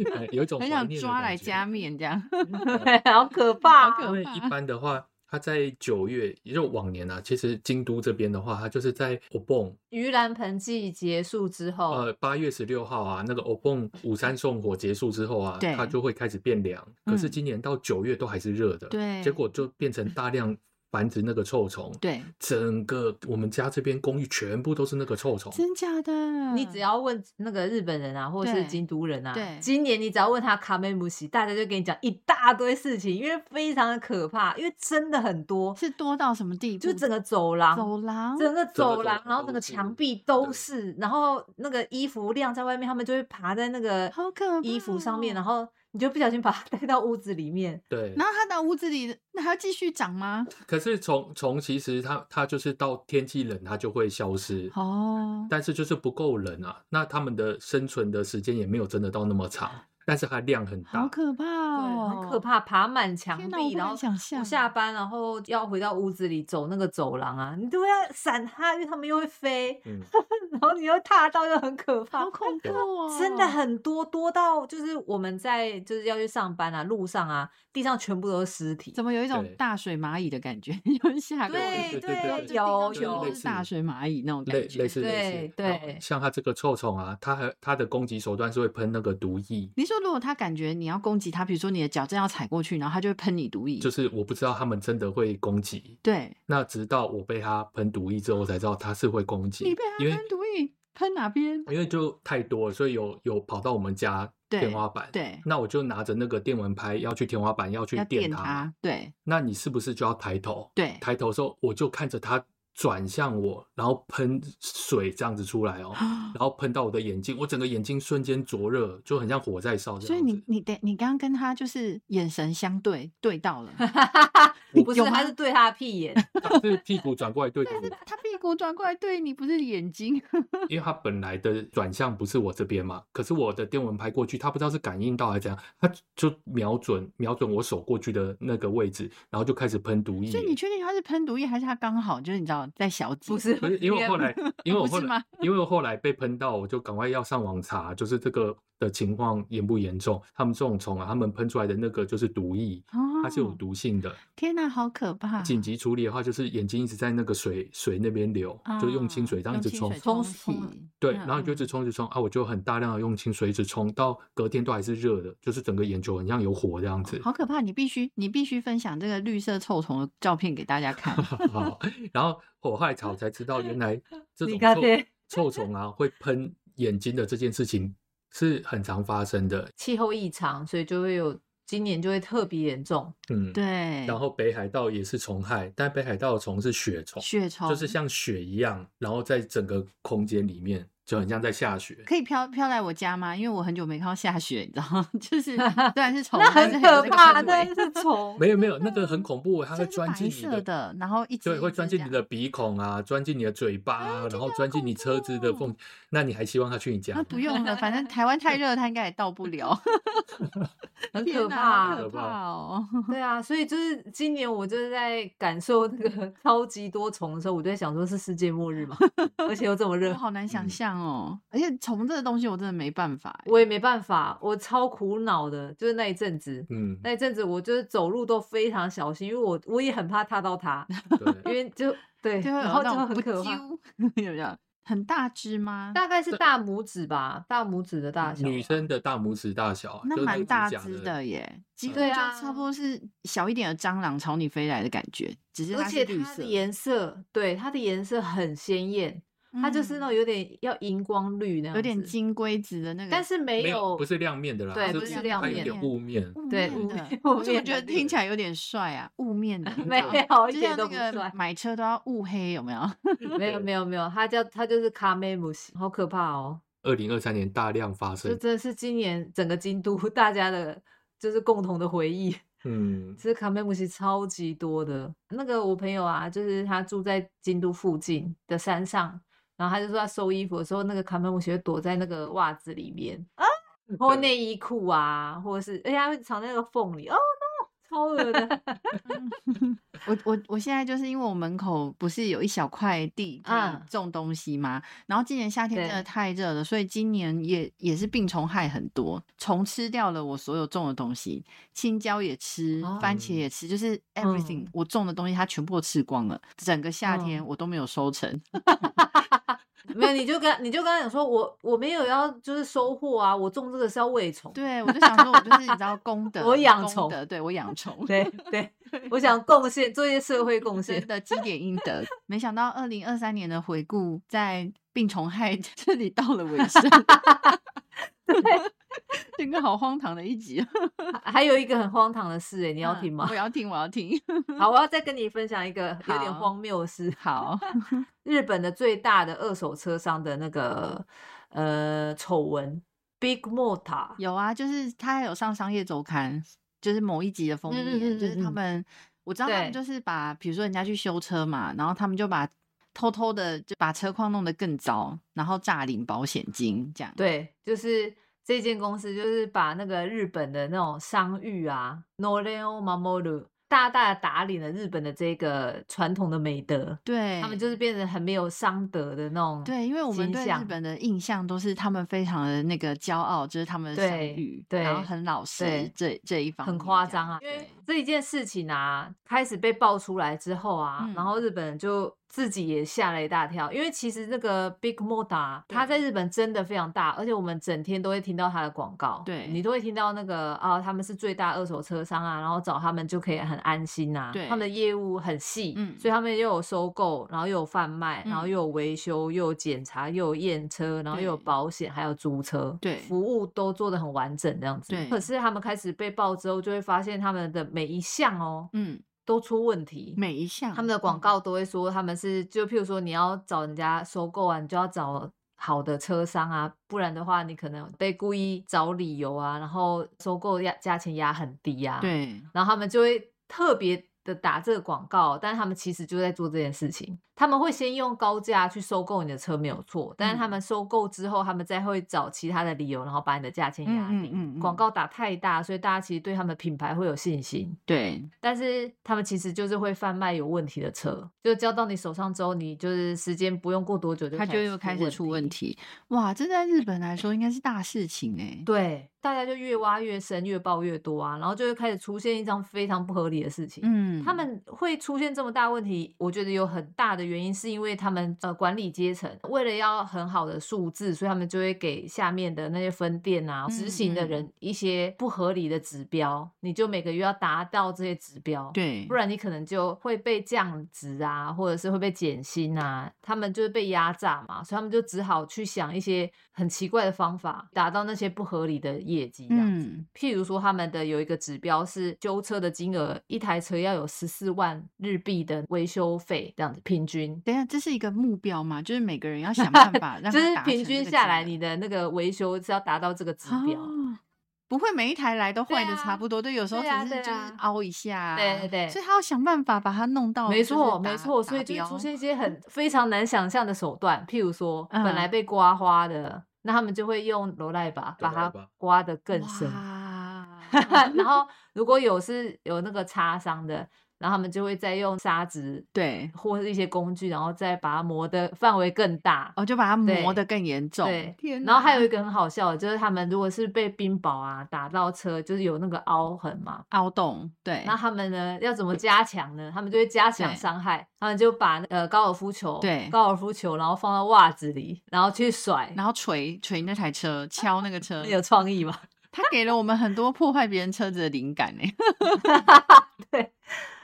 S4: 种哎有一种
S1: 很
S4: 怀
S1: 想
S4: 念的
S1: 抓
S4: 感
S1: 来
S4: 觉
S1: 加面这
S4: (laughs)
S1: 样。
S2: 对，好可怕
S1: (laughs) 好可
S2: 哦。
S4: 因为一
S1: 怕
S4: 般的话，它在九月，也就往年啊，其实京都这边的话，它就是在 o b o n
S2: 盂兰盆季结束之后，
S1: 哦
S4: 呃，八月十六号啊，那个 o b o n 午山送火结束之后啊，
S1: 嗯对
S4: 它就会开始变凉。可是
S1: 嗯
S4: 今年到九月都还是热的，
S1: 对
S4: 结果就变成大量繁殖那个臭虫， (laughs)
S1: 对，
S4: 整个我们家这边公寓全部都是那个臭虫。
S1: 真假的？
S2: 你只要问那个日本人啊，或者是
S1: 嗯对
S2: 京都人啊
S1: 对，
S2: 今年你只要问他卡梅姆西，大家就跟你讲一大堆事情，因为非常的可怕，因为真的很多，
S1: 是嗯多到什么地步？
S2: 就整个走廊，
S1: 走廊，
S2: 整个
S4: 走
S2: 走
S4: 廊
S2: 廊，然后
S4: 都
S2: 整个
S4: 是
S2: 墙壁都
S4: 对
S2: 是，然后那个衣服晾在外面，他们就会爬在那个
S1: 好可
S2: 衣服上面，
S1: 怕哦
S2: 然后你就不小心把它带 (laughs) 到屋子里面。
S4: 对，
S1: 然后它到屋子里，那还要继续长
S4: (laughs)
S1: 吗？
S4: 可是虫虫其实它它就是到天气冷它就会消失。
S1: 哦，
S4: 但是就是不够冷啊，那它们的生存的时间也没有真的到那么长，但是它量很大。
S1: 好可怕
S2: 对，
S1: 哦，
S2: 很可。怕，爬满墙
S1: 天哪，我
S2: 壁，
S1: 不
S2: 然
S1: 敢
S2: 后
S1: 想象。啊
S2: 我下班，然后要回到屋子里走那个走廊啊，你都要闪它，因为它们又会飞，
S4: 嗯，
S2: (laughs) 然后你又踏到，又很可怕
S1: 好。恐怖哦，
S2: 真的很多多到就是我们在就是要去上班啊，路上啊，地上全部都是尸体。 (laughs)
S1: 怎么有一种
S4: 对
S1: 大水蚂蚁的感觉？ (laughs) 有吓过
S2: 对
S1: 我
S4: 对对对
S1: 就地上
S2: 有
S1: 全
S2: 有
S1: 部都是大水蚂蚁那种
S4: 类
S1: 感觉。
S4: 类似类似，
S2: 对
S4: 然后
S2: 对
S4: 像它这个臭虫啊，它还它的攻击手段是会喷那个毒液，
S1: 你说，如果它感觉你要攻击它，比如说你的脚正要踩过去，然后它就会喷你毒液，
S4: 就是我不知道它们真的会攻击，
S1: 对
S4: 那直到我被它喷毒液之后，我才知道它是会攻击，
S1: 你被它
S4: 因为
S1: 喷毒液，喷哪边？
S4: 因为就太多了，所以有有跑到我们家
S1: 对
S4: 天花板，
S1: 对，
S4: 那我就拿着那个电蚊拍要去天花板要去
S1: 要
S4: 电
S1: 电
S4: 它嘛，
S1: 它，对
S4: 那你是不是就要抬头？
S1: 对，
S4: 抬头的时候，我就看着它转向我，然后喷水这样子出来哦。
S1: 啊
S4: 然后喷到我的眼睛，我整个眼睛瞬间灼热，就很像火在烧这样子。
S1: 所以你你得你刚刚跟他就是眼神相对对到
S4: (laughs)
S1: 了，
S4: 我
S2: 不是，
S1: 有吗
S2: 它是对它的屁眼。
S4: 他是屁股转过来对着
S1: 但是
S4: 我，
S1: 他屁股转过来对你，不是眼睛。
S4: 因为他本来的转向不是我这边嘛，可是我的电蚊拍过去，他不知道是感应到还是怎样，他就瞄准瞄准我手过去的那个位置，然后就开始喷毒液
S1: 所以
S4: 了。
S1: 你确定他是喷毒液，还是他刚好就是你知道在小指？
S2: 不是，嗯
S4: 不是因为我
S1: (laughs)
S4: 后来，因为我
S1: 不
S4: 后
S1: 是
S4: 来
S1: 吗，
S4: 因为我后来被喷到，我就赶快要上网查，就是这个的情况严不严重。他们这种虫啊，他们喷出来的那个就是毒液，
S1: 哦，啊
S4: 它是有毒性的。
S1: 天哪，好可怕！
S4: 紧急处理的话，就是眼睛一直在那个水水那边流，就用清水这样一
S1: 啊用
S4: 直
S1: 清
S4: 冲
S1: 水，
S2: 冲
S1: 洗
S2: 洗，
S4: 对，
S1: 嗯
S4: 然后就一直冲，一直冲啊！我就很大量的用清水一直冲，到隔天都还是热的，就是整个眼球很像有火这样子。
S1: 好可怕！你必须你必须分享这个绿色臭虫的照片给大家
S4: (laughs)
S1: 看。
S4: 好，然后我后来查我才知道，原
S1: (laughs)
S4: 来这
S2: 你
S4: 种
S2: 看
S4: 臭
S2: 这
S4: 臭虫啊会喷眼睛的这件事情是很常发生的。
S2: 气候异常，所以就会有今年就会特别严重。
S4: 嗯，。
S1: 对，
S4: 然后北海道也是虫害，但北海道的虫是雪虫，
S1: 血虫
S4: 就是像雪一样，然后在整个空间里面就很像在下雪。
S1: 可以飘飘来我家吗？因为我很久没看到下雪，你知道吗？ (laughs)
S4: (laughs)
S1: 就是虽然是虫，
S2: 那
S1: 但
S2: 很
S1: 是有
S2: 可
S1: 这个
S2: 怕，
S1: 氛
S2: 那
S1: 围
S2: 是虫。
S4: 没有没有，那个很恐怖，它
S1: 所
S4: 会
S1: 以是
S4: 钻
S1: 白
S4: 进你
S1: 色的然后一
S4: 对，
S1: 只
S4: 会
S1: 一
S4: 钻
S1: 只
S4: 进你
S1: 这
S4: 的鼻孔啊，钻进你的嘴巴啊，然后钻进你车子的缝，那你还希望它去你家
S1: 那？啊不用了，反正台湾太热，它应该也到不
S4: (laughs)
S1: 了。
S2: (laughs) 很
S1: 天
S2: 可
S1: 哪
S2: 怕
S1: 好可怕哦！
S2: 对啊，所以就是今年我就是在感受那个 (laughs) 超级多虫的时候，我就在想说，是世界末日吗？ (laughs) 而且又这么
S1: 我
S2: 热，
S1: 好难想
S4: 嗯
S1: 象哦，而且虫这个东西我真的没办法欸。
S2: 我也没办法，我超苦恼的。就是那一阵子，
S4: 嗯，
S2: 那一阵子我就是走路都非常小心，因为我我也很怕踏到它，因
S4: 对
S2: 为就
S1: (laughs)
S2: 对，
S1: 就会有
S2: 然后
S1: 那
S2: 就
S1: 种
S2: 很
S1: 不
S2: 可
S1: (laughs)
S2: 怕。
S1: 啾，有没有？很大只吗？
S2: 大概是大拇指吧，大拇指的大小啊吧。
S4: 女生的大拇指大小啊，
S1: 那
S4: 就是
S1: 蛮
S4: 指
S1: 大
S4: 甲
S1: 只
S4: 的嗯
S1: 的耶，几乎
S2: 对
S1: 就
S2: 啊
S1: 差不多是小一点的蟑螂朝你飞来的感觉，只是
S2: 而
S1: 它
S2: 且
S1: 是绿
S2: 它
S1: 色
S2: 的，颜色，对它的颜色很鲜艳，它就是
S1: 嗯
S2: 那种有点要荧光绿那样，
S1: 有点，金龟子的那个，
S2: 但是没
S4: 没有
S2: 有
S4: 不是亮面的啦，
S2: 对
S4: 它
S2: 不
S4: 是
S2: 是亮
S4: 它有
S1: 面
S4: 点雾面。
S1: 雾
S2: 对
S1: 面
S2: 雾
S1: 的
S2: 面，雾
S1: (laughs) 我怎么
S2: 面
S1: 觉
S2: 的
S1: 得听起来有点帅啊？雾面
S2: (laughs)
S1: 的，你知
S2: 没
S1: 道吗
S2: 有，一
S1: 就
S2: 点
S1: 像
S2: 都
S1: 那
S2: 不帅
S1: 个。买车都要雾黑，有没有？
S2: 没有没有没有，它叫它就是卡梅姆西，好可怕哦！
S4: 二零二三年大量发
S2: 这
S4: 生，
S2: 真的是今年整个京都 (laughs) 大家的，就是共同的回忆。
S4: 嗯，
S2: 其实卡梅姆西超级多的。那个我朋友啊，就是他住在京都附近的山上，然后他就说他收衣服的时候，那个卡梅姆西会躲在那个袜子里面啊，
S1: (laughs)
S2: 或
S4: 对
S2: 内衣裤啊，或者是哎呀会藏在那个缝里。哦 no，超恶的
S1: 我我我现在就是因为我门口不是有一小块地可以
S2: 嗯
S1: 种东西吗？然后今年夏天真的
S2: 对
S1: 太热了，所以今年也也是病虫害很多，虫吃掉了我所有种的东西，青椒也吃，
S2: 哦
S1: 番茄也吃，就是 everything、
S2: 嗯
S1: 我种的东西它全部都吃光了，整个 (laughs) 夏天
S2: 嗯
S1: 我都没有收成。
S2: (laughs) 没有，你就跟你就跟他讲说，我我没有要就是收获啊，我种这个是要喂虫。
S1: 对，我就想说，我就是你知道功德，
S2: 我养
S1: 功
S2: 虫
S1: 德对我养
S2: (laughs)
S1: 虫，
S2: (laughs) 对对，我想贡献做一些社会贡献
S1: 真。的积点阴德。没想到二零二三年的回顾，在病虫害 (laughs) 这里到了尾
S2: (laughs)
S1: 声，整个好荒唐的一集。
S2: 还还有一个很荒唐的事哎、你
S1: 你
S2: 要听吗
S1: 嗯 (laughs) 我？要听，我要
S2: (laughs)
S1: 听。
S2: 好，我要再跟你分享一个有点
S1: 好
S2: 荒谬的事。
S1: 好，
S2: 日本的最大的二手车商的那个呃丑闻，Big Mota，
S1: (laughs) 有啊，就是他还有上商业周刊，就是某一集的封面，
S2: 嗯嗯嗯
S1: 就是他
S2: 嗯嗯
S1: 们，我知道他们
S2: 对
S1: 就是把，比如说人家去修车嘛，然后他们就把偷偷的就把车况弄得更糟，然后诈领保险金这样。
S2: 对，就是这间公司，就是把那个日本的那种商誉啊 n o r e o Mamoru，大大的打脸了日本的这个传统的美德，
S1: 对，
S2: 他们就是变得很没有商德的那种。
S1: 对，因为我们
S2: 形
S1: 对日
S2: 象
S1: 本的印象都是他们非常的那个骄傲，就是他们的商
S2: 对
S1: 誉，
S2: 对
S1: 然后很老实
S2: 对，
S1: 这这一方
S2: 很
S1: 面
S2: 夸
S1: 这样
S2: 张啊！因为
S1: 对
S2: 这一件事情啊，开始被爆出来之后啊，
S1: 嗯
S2: 然后日本人就自己也吓了一大跳，因为其实那个 Big Moda 它在日本真的非常大，而且我们整天都会听到它的广告，
S1: 对
S2: 你都会听到那个啊，他们是最大二手车商啊，然后找他们就可以很安心啊，
S1: 对
S2: 他们的业务很细，
S1: 嗯
S2: 所以他们又有收购，然后又有贩卖，然后
S1: 嗯
S2: 又有维修，又有检查，又有验车，然后又有
S1: 对
S2: 保险，还有租车，
S1: 对
S2: 服务都做的很完整这样子，
S1: 对
S2: 可是他们开始被爆之后，就会发现他们的每一项哦
S1: 嗯，
S2: 都出问题。
S1: 每一项嗯
S2: 他们的广告都会说他们是，就譬如说你要找人家收购啊，你就要找好的车商啊，不然的话你可能被故意找理由啊，然后收购压价钱压很低啊。，
S1: 对
S2: 然后他们就会特别的打这个广告，但他们其实就在做这件事情。他们会先用高价去收购你的车没有错，但是他
S1: 嗯
S2: 们收购之后，他们再会找其他的理由，然后把你的价钱压
S1: 嗯嗯
S2: 低。
S1: 嗯嗯
S2: 广告打太大，所以大家其实对他们品牌会有信心，
S1: 对
S2: 但是他们其实就是会贩卖有问题的车，就交到你手上之后，你就是时间不用过多久就
S1: 他就又开始出问
S2: 题。
S1: 题。哇，这在日本来说应该是大事情哎。
S2: 对，大家就越挖越深，越爆越多啊，然后就会开始出现一张非常不合理的事情。
S1: 嗯，
S2: 他们会出现这么大问题，我觉得有很大的原因是因为他们呃管理阶层为了要很好的数字，所以他们就会给下面的那些分店啊、
S1: 嗯
S2: 执行的人一些不合理的指标，你就每个月要达到这些指标。
S1: 对，
S2: 不然你可能就会被降职啊，或者是会被减薪啊，他们就是被压榨嘛，所以他们就只好去想一些很奇怪的方法，达到那些不合理的业绩这样子。
S1: 嗯
S2: 譬如说，他们的有一个指标是修车的金额，一台车要有十四万日币的维修费，这样子平均。
S1: 等一下这是一个目标嘛，就是每个人
S2: (laughs)
S1: 要想办法让
S2: 就是
S1: 它达
S2: 平
S1: 成
S2: 均
S1: 这个
S2: 下
S1: 金
S2: 来，
S1: 额
S2: 你的那个维修是要达到这个指标。
S1: 哦不会每一台来都
S2: 对
S1: 坏的
S2: 啊
S1: 差不多，对，有时候只
S2: 对啊
S1: 是
S2: 对
S1: 就是
S2: 啊
S1: 凹一下啊，
S2: 对对对
S1: 所以他要想办法把它弄到，
S2: 没错，没错，所
S1: 所
S2: 以
S1: 以
S2: 就
S1: 就
S2: 会
S1: 是
S2: 出现一些很非常难想象的手段，譬如说，本来
S1: 嗯
S2: 被刮花的，那他们就会用罗赖吧把
S4: 罗赖
S2: 它
S4: 吧
S2: 刮得更
S1: 哇，
S2: 深。 (laughs) 然后如果有是有那个擦伤的，然后他们就会再用砂纸
S1: 对，
S2: 或是一些工具，然后再把它磨的范围更大。
S1: 哦我就把它磨
S2: 对
S1: 得更严重。
S2: 对
S1: 天
S2: 然后还
S1: 哪
S2: 有一个很好笑的，就是他们如果是被冰雹啊打到车，就是有那个凹痕嘛，
S1: 凹洞，对
S2: 那他们呢要怎么加强呢？他们就会加强
S1: 对
S2: 伤害，他们就把呃高尔夫球，
S1: 对
S2: 高尔夫球，然后放到袜子里，然后去甩，
S1: 然后捶捶那台车，敲
S2: (laughs)
S1: 那个车
S2: 很，有创意吧？
S1: 他给了我们很多破坏别人车子的灵感呢。欸
S2: (laughs) 对，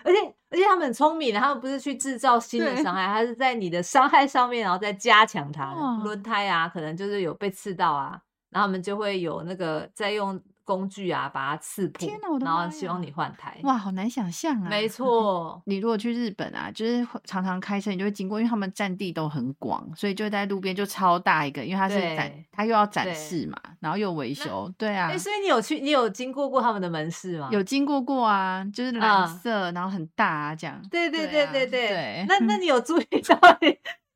S2: 而且而且他们很聪明的，他们不是去制造新的
S1: 对
S2: 伤害，他是在你的伤害上面，然后再加强它的
S1: 哇
S2: 轮胎啊，可能就是有被刺到啊，然后他们就会有那个再用工具啊把它刺破，
S1: 天哪我的
S2: 然后
S1: 妈
S2: 希
S1: 呀
S2: 望你换胎。
S1: 哇，好难想象啊！
S2: 没，
S1: (laughs)
S2: 错，
S1: 你如果去日本啊，就是会常常开车，你就会经过，因为他们占地都很广，所以就在路边就超大一个，因为它是展
S2: 对，
S1: 它又要展
S2: 对
S1: 示嘛，然后又维修，对啊
S2: 哎、。所以你有去，你有经过过他们的门市吗？
S1: 有经过过啊，就是蓝
S2: 嗯
S1: 色，然后很大啊，这样。
S2: 对对
S1: 对
S2: 对
S1: 啊
S2: 对对。
S1: 对嗯
S2: 那那你有注意到 (laughs)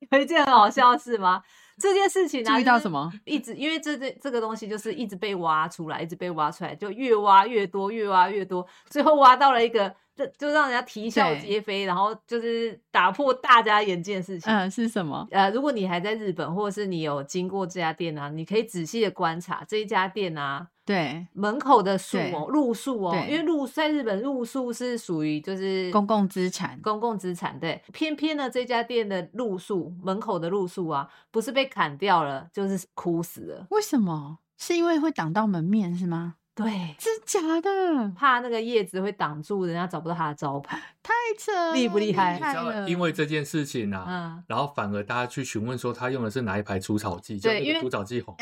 S2: 有一件很好笑的事吗？这件事情呢、啊
S1: 注意到什？么？
S2: 一直因为这这这个东西就是一直被挖出来，一直被挖出来，就越挖越多，越挖越多，最后挖到了一个，就就让人家啼笑
S1: 对
S2: 皆非，然后就是打破大家眼界的事情。
S1: 嗯，是什么？
S2: 呃，如果你还在日本，或者是你有经过这家店啊，你可以仔细的观察这一家店啊，
S1: 对，
S2: 门口的树
S1: 对
S2: 哦，路树哦
S1: 对，
S2: 因为路在日本路树是属于就是
S1: 公共资产
S2: 公共资产对。偏偏呢，这家店的路树门口的路树啊，不是被砍掉了，就是枯死了。
S1: 为什么？是因为会挡到门面是吗？
S2: 对，
S1: 真假的？
S2: (laughs) 怕那个叶子会挡住，人家找不到他的招牌。
S1: 太扯了！
S2: 厉不厉害
S4: 你知道
S1: 了
S4: 因为这件事情啊，
S2: (laughs) 嗯，
S4: 然后反而大家去询问说他用的是哪一排除草剂，就
S2: 对
S4: 那
S2: 因
S4: 个
S2: 为
S4: 除草剂红，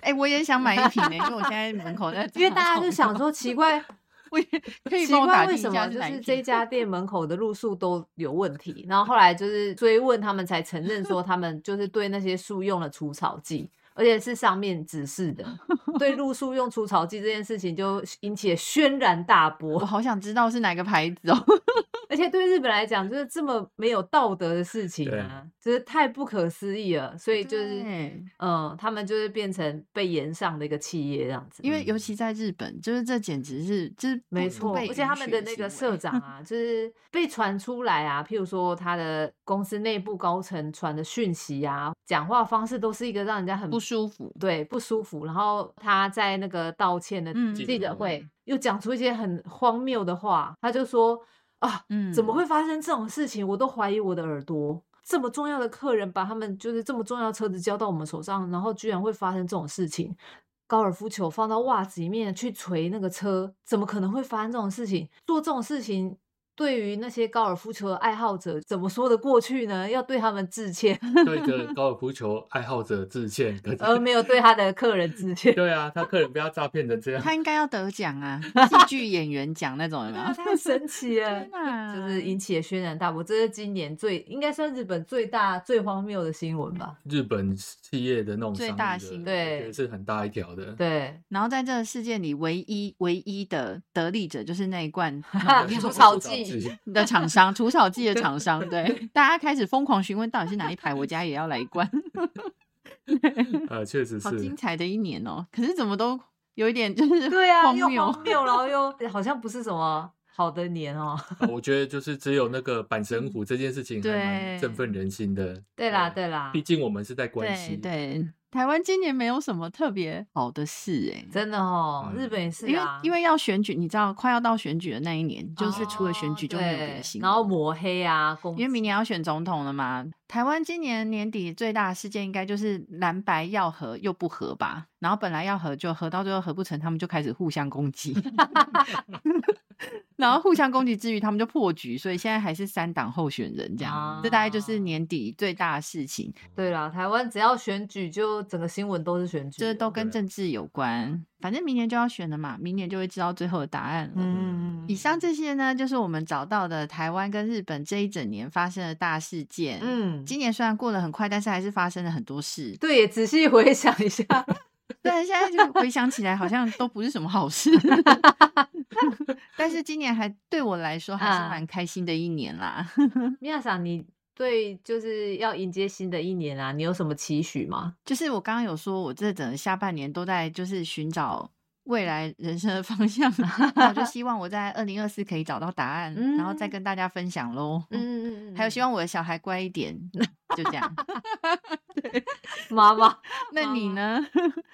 S1: 哎、我也想买一瓶呢、因为我现在门口在，
S2: 因为大家就想，说 (laughs) 奇怪，
S1: 我也可以
S2: 奇
S1: 帮我打
S2: 怪
S1: 听
S2: 为
S1: 一
S2: 什
S1: 下
S2: 么
S1: 是
S2: 就
S1: 哪一
S2: 是这
S1: 瓶
S2: 家 (laughs) 店门口的路树都有问题，然后后来就是追问他们才承认说他们就是对那些树用了除草剂。而且是上面指示 (laughs) 的，对路树用除草剂这件事情就引起了轩然大波 (laughs)
S1: 我。好想知道是哪个牌子哦。
S2: 而且对日本来讲，就是这么没有道德的事情
S4: 对
S2: 啊，就是太不可思议了。所以就是，
S1: 对
S2: 嗯、他们就是变成被延上的一个企业这样子。
S1: 因为尤其在日本，就是这简直是，就是不
S2: 嗯没
S1: 不
S2: 错，
S1: 被
S2: 而且
S1: 允
S2: 他们
S1: 许
S2: 的那个
S1: 行为
S2: 社长啊，就是被传出来啊，譬如说他的公司内部高层传的讯息啊，讲话方式都是一个让人家很
S1: 不舒服，
S2: 对不舒服。然后他在那个道歉的
S1: 嗯
S2: 记
S4: 记者
S2: 者
S4: 会
S2: 会、又讲出一些很荒谬的话，他就说啊，
S1: 嗯
S2: 怎么会发生这种事情？我都怀疑我的耳朵。这么重要的客人把他们就是这么重要的车子交到我们手上，然后居然会发生这种事情。高尔夫球放到袜子里面去捶那个车，怎么可能会发生这种事情？做这种事情，对于那些高尔夫球的爱好者，怎么说得过去呢？要对他们致歉， (laughs)
S4: 对着高尔夫球爱好者致歉。可是
S2: 而没有对他的客人致歉。
S4: 对啊，他客人被他诈骗成这
S1: (laughs)
S4: 样，
S1: 他应该要得奖
S2: (laughs)
S1: 啊，戏剧演员奖那种有没
S2: 对啊，
S1: 有？(laughs)
S2: 太神奇了
S1: 天！哪
S2: 就是引起了轩然大波，这是今年最应该算日本最大最荒谬的新闻吧？
S4: 日本企业的那种
S1: 最
S4: 商
S1: 大
S4: 业的
S1: 型
S4: 我
S2: 对
S4: 觉得是很大一条的。
S2: 对，
S1: 然后在这个事件里，唯一唯一的得利者就是那一罐
S2: (laughs) 啊除草剂
S1: 的厂商，除草剂的厂商。对，大家开始疯狂询问到底是哪一排，我家也要来一
S2: (laughs)
S1: 罐。
S4: 呃，确实
S1: 好精
S4: 是。
S1: 彩的一年哦！可是怎么都有一点就是
S2: 对啊，
S1: 荒
S2: 又
S1: 谬
S2: 荒谬，然后又好像不是什么好的年哦。 (laughs)
S4: 呃我觉得就是只有那个板神虎这件事情还蛮
S1: 嗯对
S4: 振奋人心的。
S2: 对啦，对啦
S4: 毕，竟我们是在关
S1: 对
S4: 西，
S1: 对，台湾今年没有什么特别好的事哎、
S2: 真的哦，
S4: 嗯
S2: 日本也是
S1: 因为
S2: 啊，
S1: 因为要选举，你知道快要到选举的那一年，就是除了选举
S2: 哦
S1: 就没有别
S2: 对
S1: 的新闻
S2: 然后抹黑啊，攻
S1: 因为明
S2: 击
S1: 年要选总统了嘛，台湾今年年底最大的事件应该就是蓝白要和又不和吧，然后本来要和就和到最后和不成，他们就开始互相攻击， (laughs) 然后互相攻击之余，他们就破局，所以现在还是三党候选人这样，这大概就是
S2: 啊
S1: 年底最大的事情，
S2: 对啦，台湾只要选举，就整个新闻都是选举
S1: 这
S2: 了，
S1: 都跟
S4: 对
S1: 政治有关，反正明年就要选了嘛，明年就会知道最后的答案了。
S2: 嗯，
S1: 以上这些呢，就是我们找到的台湾跟日本这一整年发生的大事件。
S2: 嗯，。
S1: 今年虽然过得很快，但是还是发生了很多事
S2: 对，仔细回想
S1: (laughs)
S2: 一下，
S1: 但现在就回想起来，好像都不是什么好事。 (laughs) 但是今年还对我来说还是
S2: 啊
S1: 蛮开心的一年啦。 (laughs)
S2: 米娅桑，你对就是要迎接新的一年啊，你有什么期许吗？
S1: 就是我刚刚有说，我这整个下半年都在就是寻找未来人生的方向，那我就希望我在二零二四可以找到答案，然后再
S2: 嗯
S1: 跟大家分享喽。
S2: 嗯嗯嗯，
S1: 还有希望我的小孩乖一点，就这样。
S2: 妈妈。
S1: (laughs) 那你呢？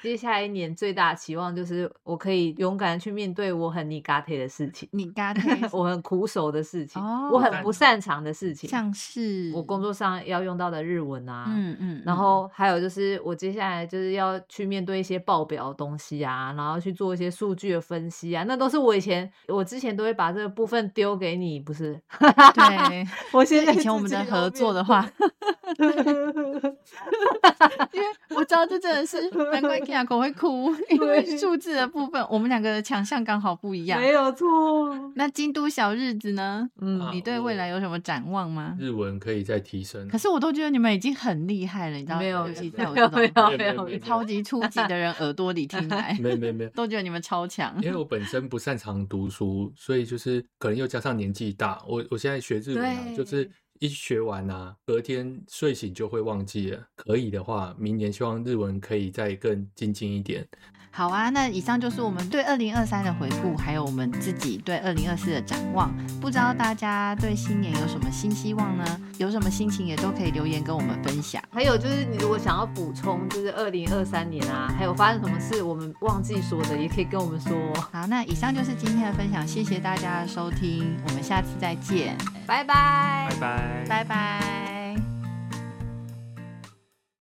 S2: 接下来一年最大的期望就是我可以勇敢地去面对我很尼嘎特的事情，
S1: 你嘎推
S2: 我很苦手的事情，
S1: 哦
S2: 我很不擅长的事情，
S1: 像是
S2: 我工，作上要用到的日文啊，
S1: 嗯嗯，
S2: 然
S1: 嗯
S2: 后还有就是，我接下来就是要去面对一些报表的东西啊，然后去做一些数据的分析啊，那都是我以前我之前都会把这个部分丢给你，不是？
S1: (laughs) 对，
S2: (laughs) 我现在
S1: 以前我们的合作的话，
S2: (laughs)
S1: 因为 (laughs) 我知道这真的是 (laughs) 难怪 k i a k o 会哭，因为
S2: 对
S1: 数字的部分我们两个的强项刚好不一样
S2: 没。有错，
S1: 那京都小日子呢？
S2: 嗯，
S1: 你对未来有什么展望吗？
S4: 日文可以再提升。
S1: 可是我都觉得你们已经很厉害了，你知道，
S2: 没有
S1: 尤其
S2: 没
S1: 在
S2: 有
S1: 我
S2: 没
S1: 这
S2: 有
S1: 种
S2: 没有
S4: 没有
S1: 超级初级的人耳朵里听来，
S4: (laughs) 没
S1: (laughs)
S4: 没没，
S1: 都觉得你们超
S4: (laughs)
S1: 强
S4: 因。为我本身不擅长读书，所以就是可能又加上年纪大，我我现在学日文啊，就是
S2: 对
S4: 一学完啊，隔天睡醒就会忘记了。可以的话，明年希望日文可以再更精进一点。
S1: 好啊，那以上就是我们对二零二三的回顾，还有我们自己对二零二四的展望。不知道大家对新年有什么新希望呢？有什么心情也都可以留言跟我们分享。
S2: 还有就是，你如果想要补充，就是二零二三年啊，还有发生什么事我们忘记说的，也可以跟我们说。
S1: 好，那以上就是今天的分享，谢谢大家的收听，我们下次再见，
S2: 拜拜
S5: 拜。拜。
S1: 拜拜。